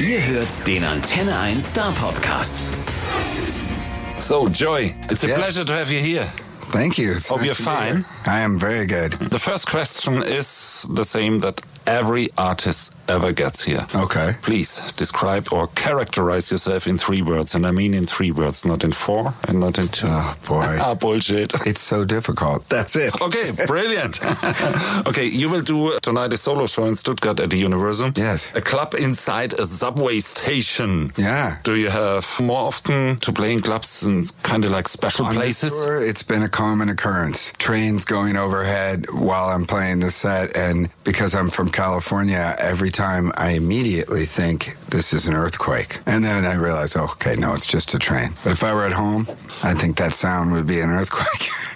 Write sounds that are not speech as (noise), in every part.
Ihr hört den Antenne 1 Star Podcast. So, Joy, it's a Yeah. pleasure to have you here. Thank you. It's Hope nice you're to be fine. here. I am very good. The first question is the same that every artist ever gets here. Okay. Please describe or characterize yourself in three words, and I mean in three words, not in four and not in two. Oh, boy. (laughs) ah, bullshit. It's so difficult. That's it. Okay, brilliant. (laughs) okay, you will do tonight a solo show in Stuttgart at the Universum. Yes. A club inside a subway station. Yeah. Do you have more often to play in clubs and kind of like special On this places? tour, it's been a common occurrence. Trains going overhead while I'm playing the set, and because I'm from California, every time I immediately think this is an earthquake, and then I realize, oh, okay, no, it's just a train. But if I were at home, I think that sound would be an earthquake. (laughs)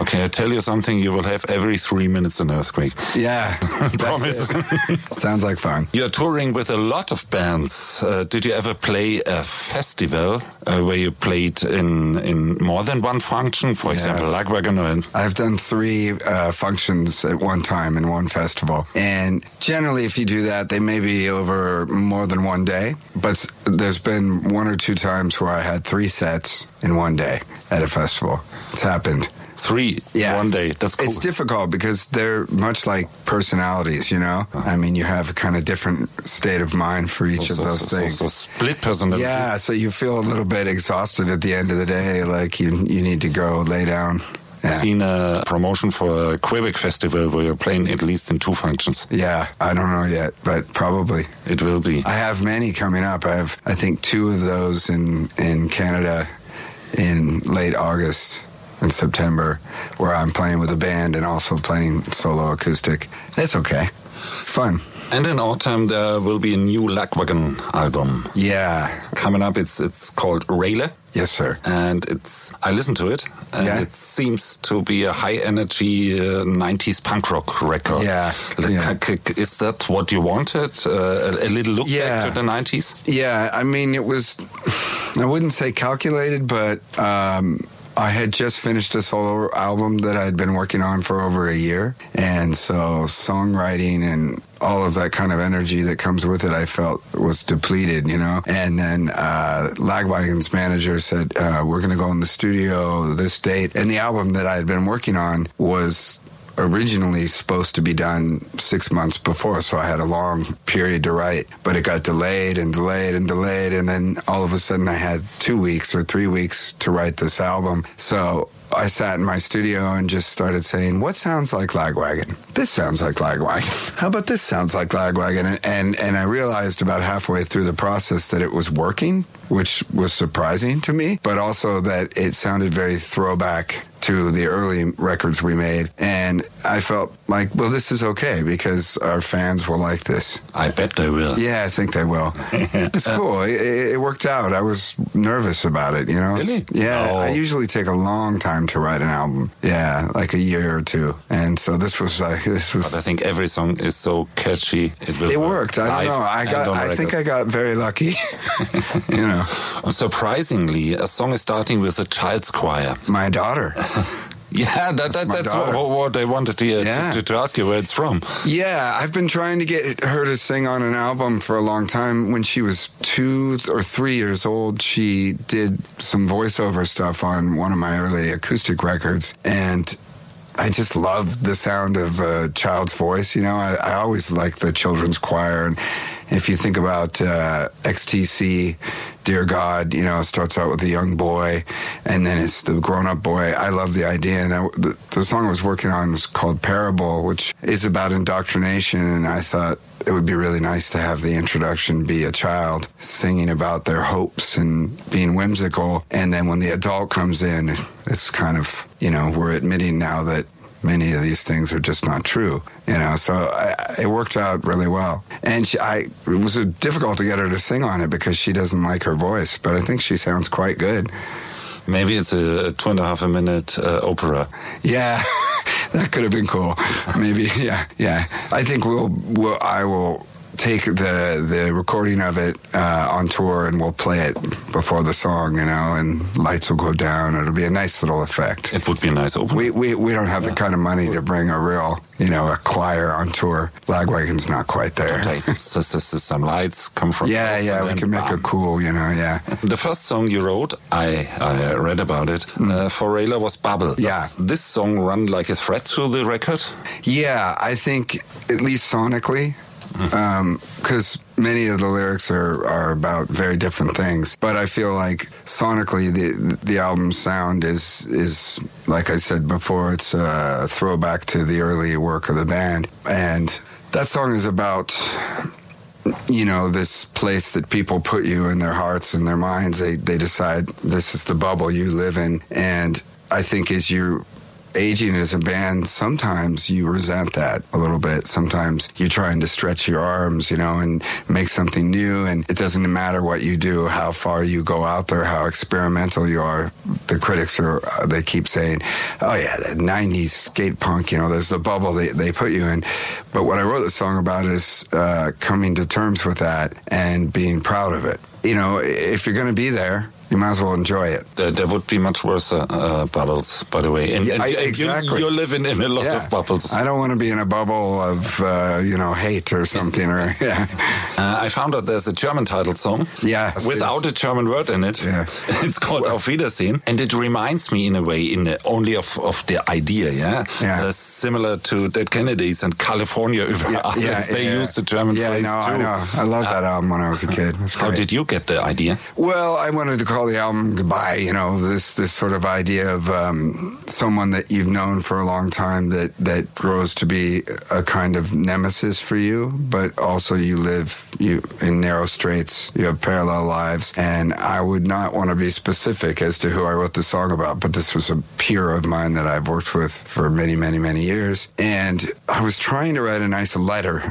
Okay, I tell you something, you will have every three minutes an earthquake. yeah, that's (laughs) Promise. it. Sounds like fun. You're touring with a lot of bands. Uh, did you ever play a festival uh, where you played in, in more than one function? For example, Lagwagon or I've done three uh, functions at one time in one festival. And generally, if you do that, they may be over more than one day. But s- there's been one or two times where I had three sets in one day at a festival. It's happened. three Yeah. one day. That's cool. It's difficult because they're much like personalities, you know? I mean, you have a kind of different state of mind for each Uh-huh. So- so- of those so- things. So, split personality. Yeah, so you feel a little bit exhausted at the end of the day. Like, you, you need to go lay down. I've Yeah. seen a promotion for a Quebec festival where you're playing at least in two functions. Yeah, I don't know yet, but probably. It will be. I have many coming up. I have, I think, two of those in in Canada in late August and September, where I'm playing with a band and also playing solo acoustic. It's okay. It's fun. And in autumn there will be a new Lagwagon album Yeah. coming up. It's it's called Railer. Yes, sir. and it's I listened to it, and Yeah. it seems to be a high energy uh, '90s punk rock record. Yeah, Like, yeah. k- k- is that what you wanted? Uh, a, a little look Yeah. back to the '90s. Yeah, I mean, it was, I wouldn't say calculated, but um, I had just finished a solo album that I'd been working on for over a year. And so songwriting and all of that kind of energy that comes with it, I felt was depleted, you know? And then uh, Lagwagon's manager said, uh, We're going to go in the studio this date. And the album that I had been working on was originally supposed to be done six months before, so I had a long period to write, but it got delayed and delayed and delayed, and then all of a sudden I had two weeks or three weeks to write this album. So I sat in my studio and just started saying, "What sounds like Lagwagon? This sounds like Lagwagon. (laughs) How about this sounds like Lagwagon?" And and, and I realized about halfway through the process that it was working, which was surprising to me, but also that it sounded very throwback to the early records we made. And I felt like, well, this is okay because our fans will like this. I bet they will. Yeah, I think they (laughs) will. it's cool. It, it it worked out. I was nervous about it, you know? Really? Yeah. No. I usually take a long time to write an album. Yeah, like a year or two. And so this was like, this was. But I think every song is so catchy. It will. It work worked. I live don't know. I and got. on I think record. Um, I got very lucky. (laughs) you know, Surprisingly, a song is starting with a child's choir. (laughs) my daughter. Yeah, that, that, my that's what, daughter. what I wanted to, uh, Yeah. to, to ask you where it's from. (laughs) Yeah, I've been trying to get her to sing on an album for a long time. When she was two or three years old, she did some voiceover stuff on one of my early acoustic records. And I just love the sound of a child's voice. You know, I, I always like the children's choir. And if you think about uh, XTC, Dear God, you know, it starts out with a young boy and then it's the grown up boy. I love the idea. And I, the, the song I was working on was called Parable, which is about indoctrination. And I thought it would be really nice to have the introduction be a child singing about their hopes and being whimsical. And then when the adult comes in, it's kind of, you know, we're admitting now that many of these things are just not true you know so I, it worked out really well and she, i it was difficult to get her to sing on it because she doesn't like her voice but i think she sounds quite good Maybe it's a two and a half a minute uh, opera. yeah (laughs) that could have been cool maybe yeah yeah i think we'll, we'll i will take the the recording of it uh, on tour and we'll play it before the song, you know, and lights will go down. It'll be a nice little effect. It would be a nice open. We we, we don't have the kind of money to bring a real, you know, a choir on tour. Lagwagon's not quite there. Take (laughs) s- s- s- some lights come from Yeah, top yeah, and we then can make bam. it cool, you know, yeah. The first song you wrote, I, I read about it, uh, for Rayla was Bubble. Mm. Yeah. Does this song run like a thread through the record? Yeah, I think at least sonically, because many of the lyrics are, are about very different things. But I feel like sonically, the the album sound is is like I said before, it's a throwback to the early work of the band, and that song is about you know this place that people put you in their hearts and their minds they they decide this is the bubble you live in and i think as you're aging as a band sometimes you resent that a little bit sometimes you're trying to stretch your arms you know and make something new and it doesn't matter what you do how far you go out there how experimental you are the critics are uh, they keep saying oh yeah the 90s skate punk you know there's the bubble they, they put you in but what i wrote the song about is uh, coming to terms with that and being proud of it you know if you're going to be there you might as well enjoy it There, there would be much worse uh, uh, bubbles, by the way. And, Yeah, and I- you- and you, exactly. you're living in a lot (laughs) of bubbles. I don't want to be in a bubble of uh, you know hate or something or (laughs) (laughs) yeah. Uh, I found out there's a German titled song. Yeah. Without a German word in it. Yeah. (laughs) It's called Auf Wiedersehen. And it reminds me in a way, in the, only of, of the idea, yeah? Yeah. Uh, similar to Dead Kennedys and California (laughs) über alles. They yeah. use the German yeah, phrase no, too. Uh, I know. I love that album when I was a kid. It's How great. did you get the idea? Well, I wanted to call the album goodbye. You know, this this sort of idea of um, someone that you've known for a long time that that grows to be a kind of nemesis for you, but also you live you in narrow straits. You have parallel lives, and I would not want to be specific as to who I wrote the song about, but this was a peer of mine that I've worked with for many, many, many years, and I was trying to write a nice letter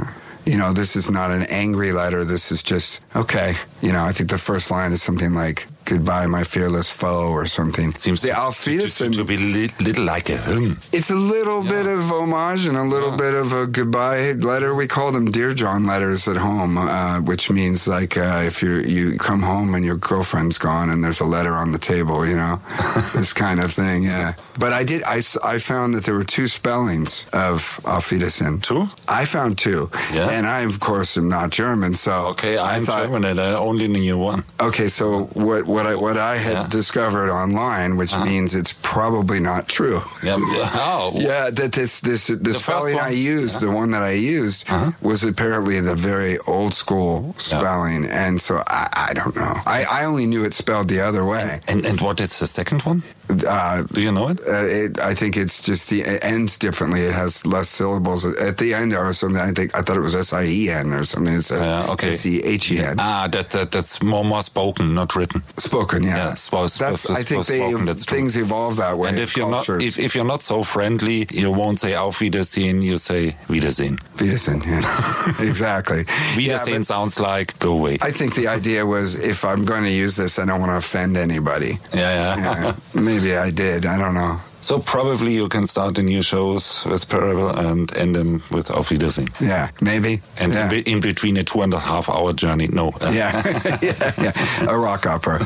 you know, this is not an angry letter. This is just, okay. You know, I think the first line is something like, goodbye, my fearless foe, or something. Seems the to, Auf to, to, Wiedersehen- to be li little like a hymn. It's a little Yeah. bit of homage and a little bit of a goodbye letter. We call them Dear John letters at home, uh, which means like uh, if you you come home and your girlfriend's gone and there's a letter on the table, you (laughs) know, this kind of thing. Yeah. But I did, I, s- I found that there were two spellings of Auf Wiedersehen. Two? I found two. Yeah. And I, of course, am not German, so. Okay, I'm I thought, German and I only knew one. Okay, so what what I what I had Yeah. discovered online, which means it's probably not true. Yeah. Oh, (laughs) Yeah, that this this the first spelling I one? used, the one Uh-huh. that I used, was apparently the very old school spelling, and so I, I don't know. I, I only knew it spelled the other way. And, and what is the second one? Uh, Do you know it? uh, it, I think it's just the it ends differently. It has less syllables at the end or something. I think I thought it was S I E N or something. It's Uh, okay. S E H E N. Ah, that, that that's more more spoken, not written. Spoken, yeah. Yeah, spo- spo- that's, spo- I think spo- they spoken, that's true. things evolve that way. And in if you're not cultures. if, if you're not so friendly, you won't say Auf Wiedersehen. You say Wiedersehen. Peterson, (laughs) yeah. exactly. Yeah, Wiedersehen but- sounds like go away. I think the idea was if I'm going to use this, I don't want to offend (laughs) anybody. yeah, yeah. Yeah, maybe I did. I don't know. so probably you can start the new shows with Parable and end them with Auf Wiedersehen. Yeah, maybe. And in, yeah. be- in between a two and a half hour journey, no. (laughs) yeah. (laughs) yeah, yeah. a rock opera.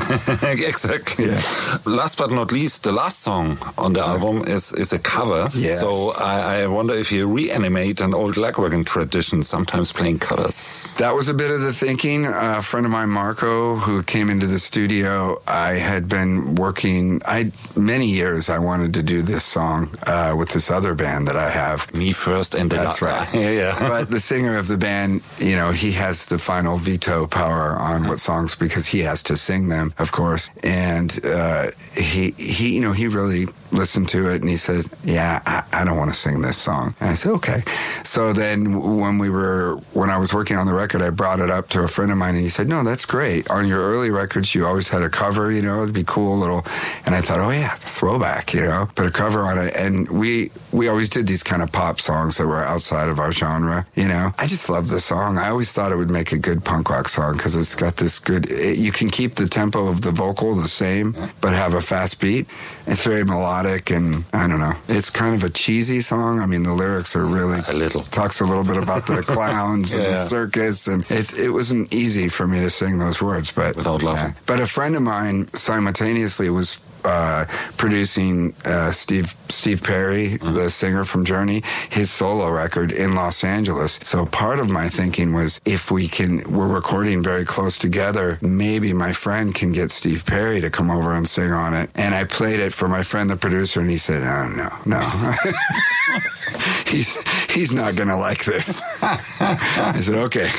exactly. Yeah. Last but not least, the last song on the album is is a cover. Yes. So I, I wonder if you reanimate an old Lagwagon tradition, sometimes playing covers. That was a bit of the thinking. a friend of mine, Marco, who came into the studio, I had been working. I many years I wanted to do this song uh, with this other band that I have, Me first and the That's la- (laughs) right. yeah, yeah. but the singer of the band, you know, he has the final veto power on what songs because he has to sing them, of course. And uh, he, he, you know, he really listened to it and he said, "Yeah, I, I don't want to sing this song." And I said, "Okay." So then, when we were, when I was working on the record, I brought it up to a friend of mine, and he said, "No, that's great. On your early records, you always had a cover. You know, it'd be cool little." And I thought, "Oh yeah, throwback." You know, put a cover on it, and we we always did these kind of pop songs that were outside of our genre. You know, I just love the song. I always thought it would make a good punk rock song because it's got this good. It, you can keep the tempo of the vocal the same, but have a fast beat. It's very melodic melodic and I don't know. It's kind of a cheesy song. I mean, the lyrics are really A little. talks a little bit (laughs) about the clowns and the Yeah. circus, and it's it wasn't easy for me to sing those words, but Without laughing. Yeah. But a friend of mine simultaneously was. Uh, producing uh, Steve Steve Perry, Mm-hmm. the singer from Journey, his solo record in Los Angeles. So part of my thinking was, if we can, we're recording very close together. Maybe my friend can get Steve Perry to come over and sing on it. And I played it for my friend, the producer, and he said, "Oh no, no, (laughs) he's he's not gonna like this. (laughs) I said, okay,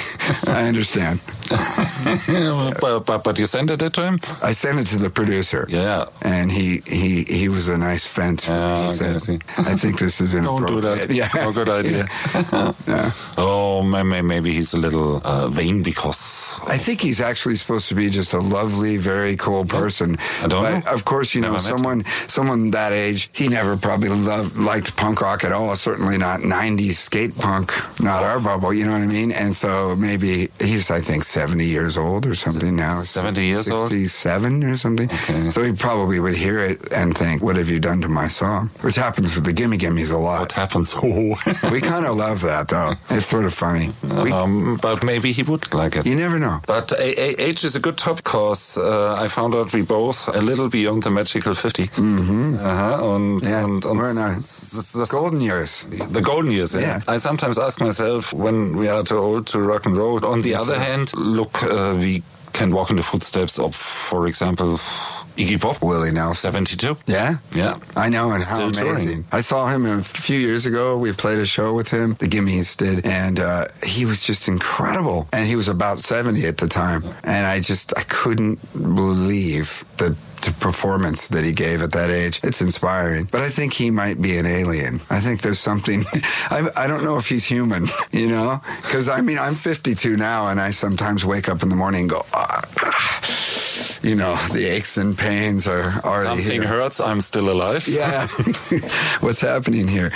I understand. but, but, but you sent it to him? I sent it to the producer. Yeah. And he, he he was a nice fence. for me. Ah, He okay, I see. I think this (laughs) is Don't do inappropriate. that. Yeah. No (laughs) good idea. Oh, may- may- maybe he's a little uh, vain because. I think he's actually supposed to be just a lovely, very cool person. I don't but know. of course, you know, Never met him. someone someone that age, he never probably loved, liked punk rock at all. Certainly not '90s skate punk, not our bubble. You know what I mean? And so maybe he's, I think, 70 years old or something now. 70 years old? 67 or something. Okay. So he probably would hear it and think, "What have you done to my song?" Which happens with the Gimme Gimmes a What lot. happens? (laughs) Oh. we kind of love that though. It's sort of funny. We, um, but maybe he would like it. you never know. But a- a- age is a good topic because uh, I found out we both a little beyond the magical 50. Mm-hmm. Uh-huh. Und, Yeah, und, und we're not- s- s- s- Golden years. the golden years. Yeah. Yeah. I sometimes ask myself when we are too old to rock and roll. On the other hand, look, uh, we can walk in the footsteps of, for example, Iggy Pop, Willie Nelson. 72. Yeah, Yeah. I know, and how Still amazing! touring. I saw him a few years ago. We played a show with him, the Gimmies did, and uh, he was just incredible. And he was about seventy at the time, and I just I couldn't believe the, the performance that he gave at that age. It's inspiring, but I think he might be an alien. I think there's something. (laughs) I, I don't know if he's human, (laughs) you know, because I mean I'm 52 now, and I sometimes wake up in the morning and go. Ah, ah." You know, the aches and pains are already Something here. hurts, I'm still alive. Yeah. (laughs) What's happening here?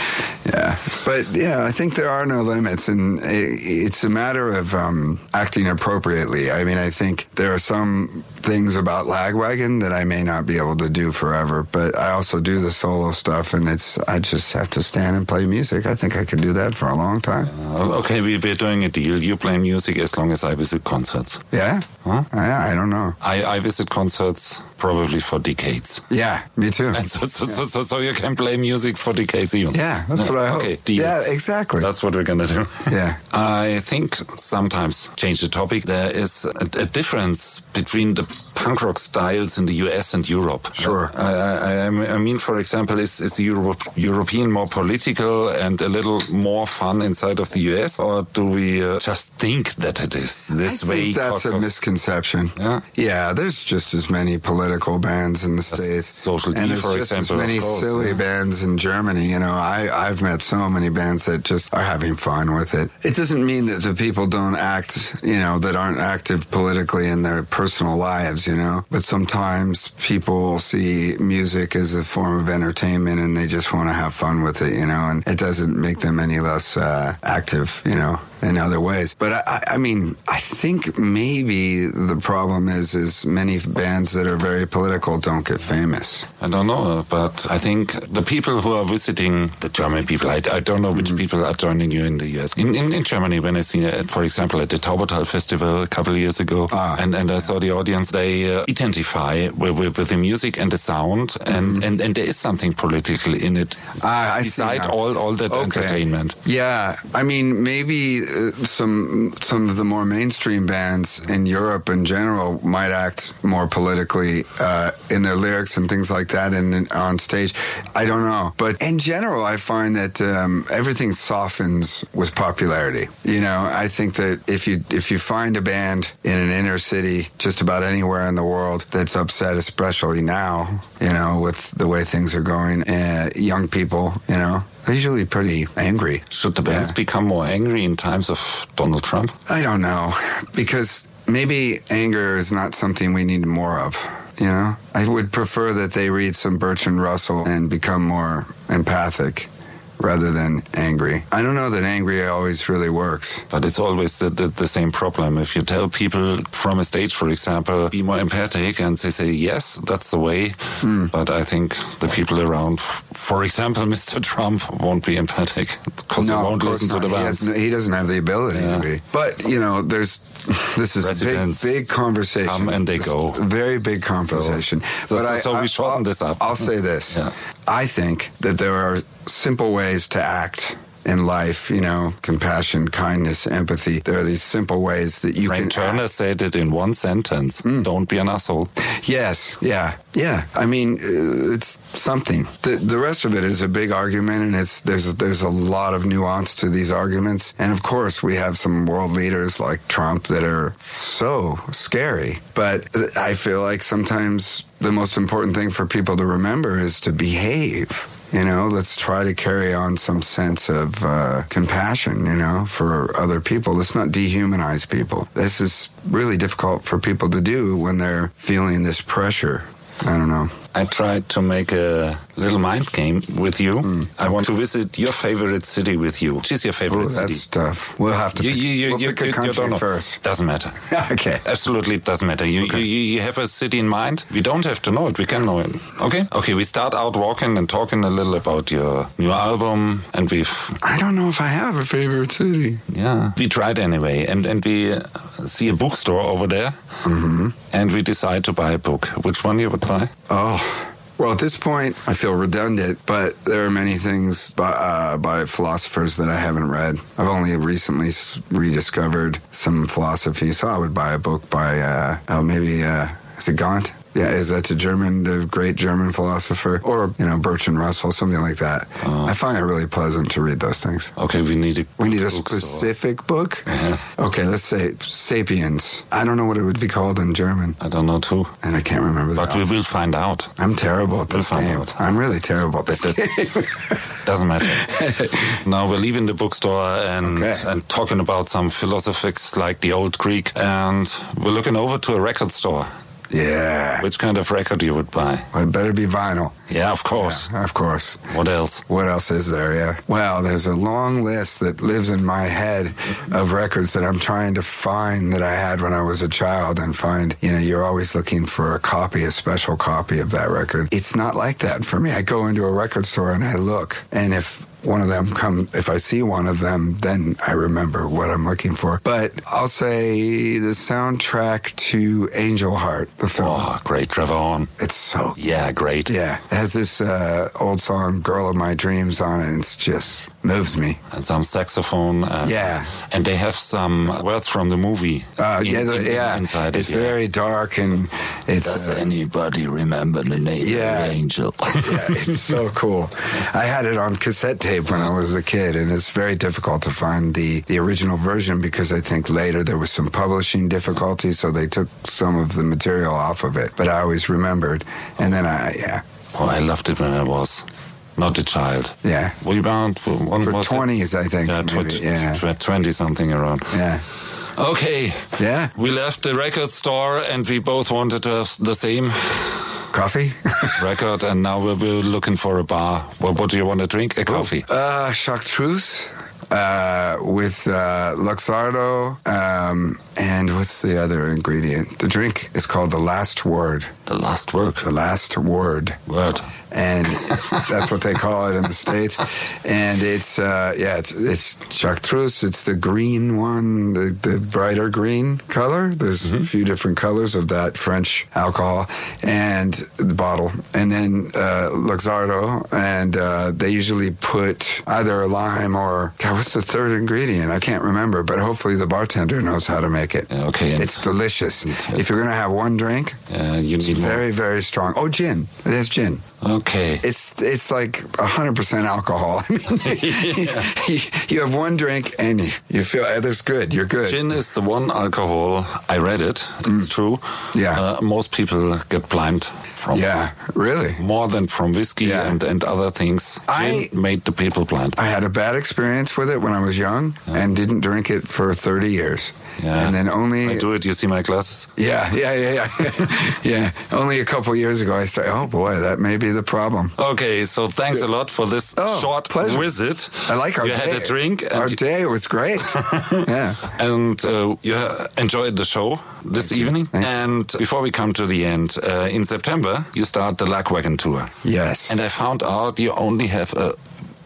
Yeah. But yeah, I think there are no limits. And i- it's a matter of um, acting appropriately. I mean, I think there are some things about Lagwagon that I may not be able to do forever, but I also do the solo stuff. And it's, I just have to stand and play music. I think I can do that for a long time. Uh, Okay, we, we're doing a deal. You play music as long as I visit concerts. Yeah. Huh? I, I don't know. I, I visit concerts probably for decades. (laughs) Yeah. Me too. And so, so, so, so, so you can play music for decades even. Yeah. That's No, what I hope. Okay, deal. yeah. Exactly. That's what we're gonna do. (laughs) Yeah. I think sometimes change the topic. There is a, a difference between the punk rock styles in the U.S. and Europe. Sure. I, I, I mean- I mean, for example, is is the Europe, European more political and a little more fun inside of the U.S. or do we uh, just think that it is this I way? think that's a because- misconception. Yeah. Yeah, there's just as many political bands in the States. Social and D, there's for just example, as of many course, silly yeah. bands in Germany. You know, I, I've met so many bands that just are having fun with it. It doesn't mean that the people don't act, you know, that aren't active politically in their personal lives, you know. But sometimes people see music as a form of entertainment and they just want to have fun with it, you know, and it doesn't make them any less uh, active, you know in other ways. But I- I, I mean, I think maybe the problem is is many bands that are very political don't get famous. I don't know, but I think the people who are visiting the German people, I, I don't know Mm. which people are joining you in the US. In, in, in Germany, when I see, it, for example, at the Taubertal Festival a couple of years ago, Ah. and, and I saw the audience, they uh, identify with, with, with the music and the sound, and, Mm-hmm. and, and there is something political in it. Ah, I see Beside now. all, all that Okay. entertainment. Yeah, I mean, maybe uh, some some of the more mainstream bands in Europe in general might act more politically uh, in their lyrics and things like that, and, and on stage. I don't know, but in general, I find that um, everything softens with popularity. You know, I think that if you if you find a band in an inner city, just about anywhere in the world, that's upset, especially now, you know, with the way things are going, uh, young people, you know. They're usually pretty angry. Should the bands Yeah. become more angry in times of Donald Trump? I don't know because maybe anger is not something we need more of. You know, I would prefer that they read some Bertrand Russell and become more empathic rather than angry. I don't know that angry always really works. But it's always the, the, the same problem. If you tell people from a stage, for example, be more empathic, and they say, yes, that's the way. Hmm. But I think the people around, f- for example, (laughs) Mr. Trump won't be empathic because he of won't course listen to not. the He bands. has- He, doesn't have the ability Yeah. to be. But you know, there's this is Residents a big, big conversation. come and they This go. Very big conversation. so- so- so we shorten I'll- this up. I'll say this. Yeah. I think that there are simple ways to act. In life, you know, compassion, kindness, empathy. There are these simple ways that you Frank can act. Hmm. Turner said it in one sentence. Don't be an asshole. Yes, yeah, yeah. I mean, uh, it's something. The, the rest of it is a big argument, and it's there's there's a lot of nuance to these arguments. And of course, we have some world leaders like Trump that are so scary. But uh, I feel like sometimes the most important thing for people to remember is to behave. You know, let's try to carry on some sense of uh, compassion, you know, for other people. Let's not dehumanize people. This is really difficult for people to do when they're feeling this pressure. I don't know. I tried to make a little mind game with you. Hmm. I want to visit your favorite city with you. Which is your favorite Ooh, city? that's tough. We'll have to You, pick, you, you, we'll you, pick you, a you don't country know. first. (laughs) Doesn't matter. okay. Absolutely, it doesn't matter. You, Okay. you you you have a city in mind. We don't have to know it. We can know it. Okay. Okay. We start out walking and talking a little about your new album, and we've I don't know if I have a favorite city. yeah we tried anyway, and and we uh, see a bookstore over there, Mm-hmm. and we decide to buy a book. Which one you would buy? Oh. Well, at this point, I feel redundant, but there are many things by, uh, by philosophers that I haven't read. I've only recently s- rediscovered some philosophy, so I would buy a book by, uh, oh, maybe, uh, is it Gaunt? Yeah, is that the German, the great German philosopher? Or, you know, Bertrand Russell, something like that. Oh. I find it really pleasant to read those things. Okay, we need a We need a bookstore. specific book? Uh-huh. Okay, let's say Sapiens. I don't know what it would be called in German, I don't know too, and I can't remember but that. we will find out. I'm terrible at this We'll find game. out. I'm really terrible at this That's game. Doesn't matter. (laughs) now we're leaving the bookstore and Okay. and talking about some philosophics like the old Greek, and we're looking over to a record store. yeah. Which kind of record you would buy? Well, it better be vinyl. Yeah, of course. Of course. What else? What else is there? Yeah. Well, there's a long list that lives in my head of records that I'm trying to find that I had when I was a child and find, you know, you're always looking for a copy, a special copy of that record. It's not like that for me. I go into a record store and I look, and if one of them come if i see one of them then i remember what i'm looking for but i'll say the soundtrack to angel heart the film Oh, great, Trevor Horn. it's so Yeah, great. Yeah, it has this uh, old song "Girl of My Dreams" on it. and It's just moves me. And some saxophone. Uh, Yeah. And they have some words from the movie. Uh, in- yeah, the, in- yeah. Inside it's it, yeah. very dark and it's uh, anybody remember the name Yeah. angel? yeah, it's so cool. I had it on cassette tape when I was a kid, and it's very difficult to find the, the original version because I think later there was some publishing difficulties, so they took some of the material off of it. But I always remembered, and then I yeah (laughs) oh, I loved it when I was not a child. yeah Were you bound? One for was it? twenties I think Yeah, maybe. tw- yeah tw- 20 something around. yeah Okay. yeah We left the record store and we both wanted to have the (laughs) same coffee. (laughs) record, and now we're, we're looking for a bar. What, what do you want to drink? A coffee. Uh, chartreuse uh, with uh, Luxardo. Um, and what's the other ingredient? The drink is called The Last Word. The last work. The Last Word. Word. And that's what they call it in the States. And it's, uh, yeah, it's, it's chartreuse. It's the green one, the, the brighter green color. There's Mm-hmm. a few different colors of that French alcohol and the bottle. And then uh, Luxardo. And uh, they usually put either a lime or, God, what's the third ingredient? I can't remember, but hopefully the bartender knows how to make it. Yeah, okay. And, It's delicious. If you're going to have one drink, uh, you it's need more. very, very strong. Oh, gin. It has gin. Okay. It's it's like 100% alcohol. (laughs) I mean, you, (laughs) you have one drink and you, you feel eh, that's good. You're good. Mm. Gin is the one alcohol. I read it. It's true. Yeah. Uh, most people get blind from. Yeah, really. More than from whiskey Yeah. and, and other things. Gin I- made the people blind. I had a bad experience with it when I was young and didn't drink it for 30 years. Yeah. And then I only do it. You see my glasses? (laughs) Yeah, yeah, yeah, yeah. yeah. Only a couple years ago I started, oh boy, that maybe be the problem. Okay, so thanks a lot for this Oh, short pleasure. visit. I like our You day. had a drink and Our you- day (laughs) was great. yeah. and uh, you uh, enjoyed the show this evening. And before we come to the end, uh, in September you start the Lagwagon tour. Yes. And I found out you only have uh,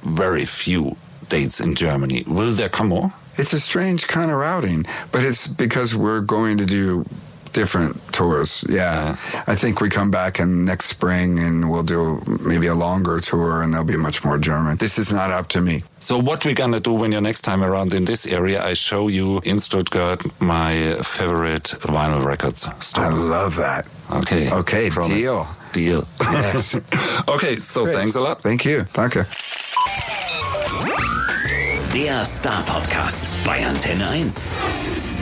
very few dates in Germany. Will there come more? It's a strange kind of routing, but it's because we're going to do different tours. Yeah. I think we come back in next spring and we'll do maybe a longer tour and there'll be much more German. This is not up to me. So what we're gonna do when you're next time around in this area? I show you in Stuttgart my favorite vinyl records I store. love that. Okay. Uh, Okay, Promise. deal. Deal. Yes. okay. So Great. thanks a lot. Thank you. Danke. Der Star Podcast bei Antenne 1.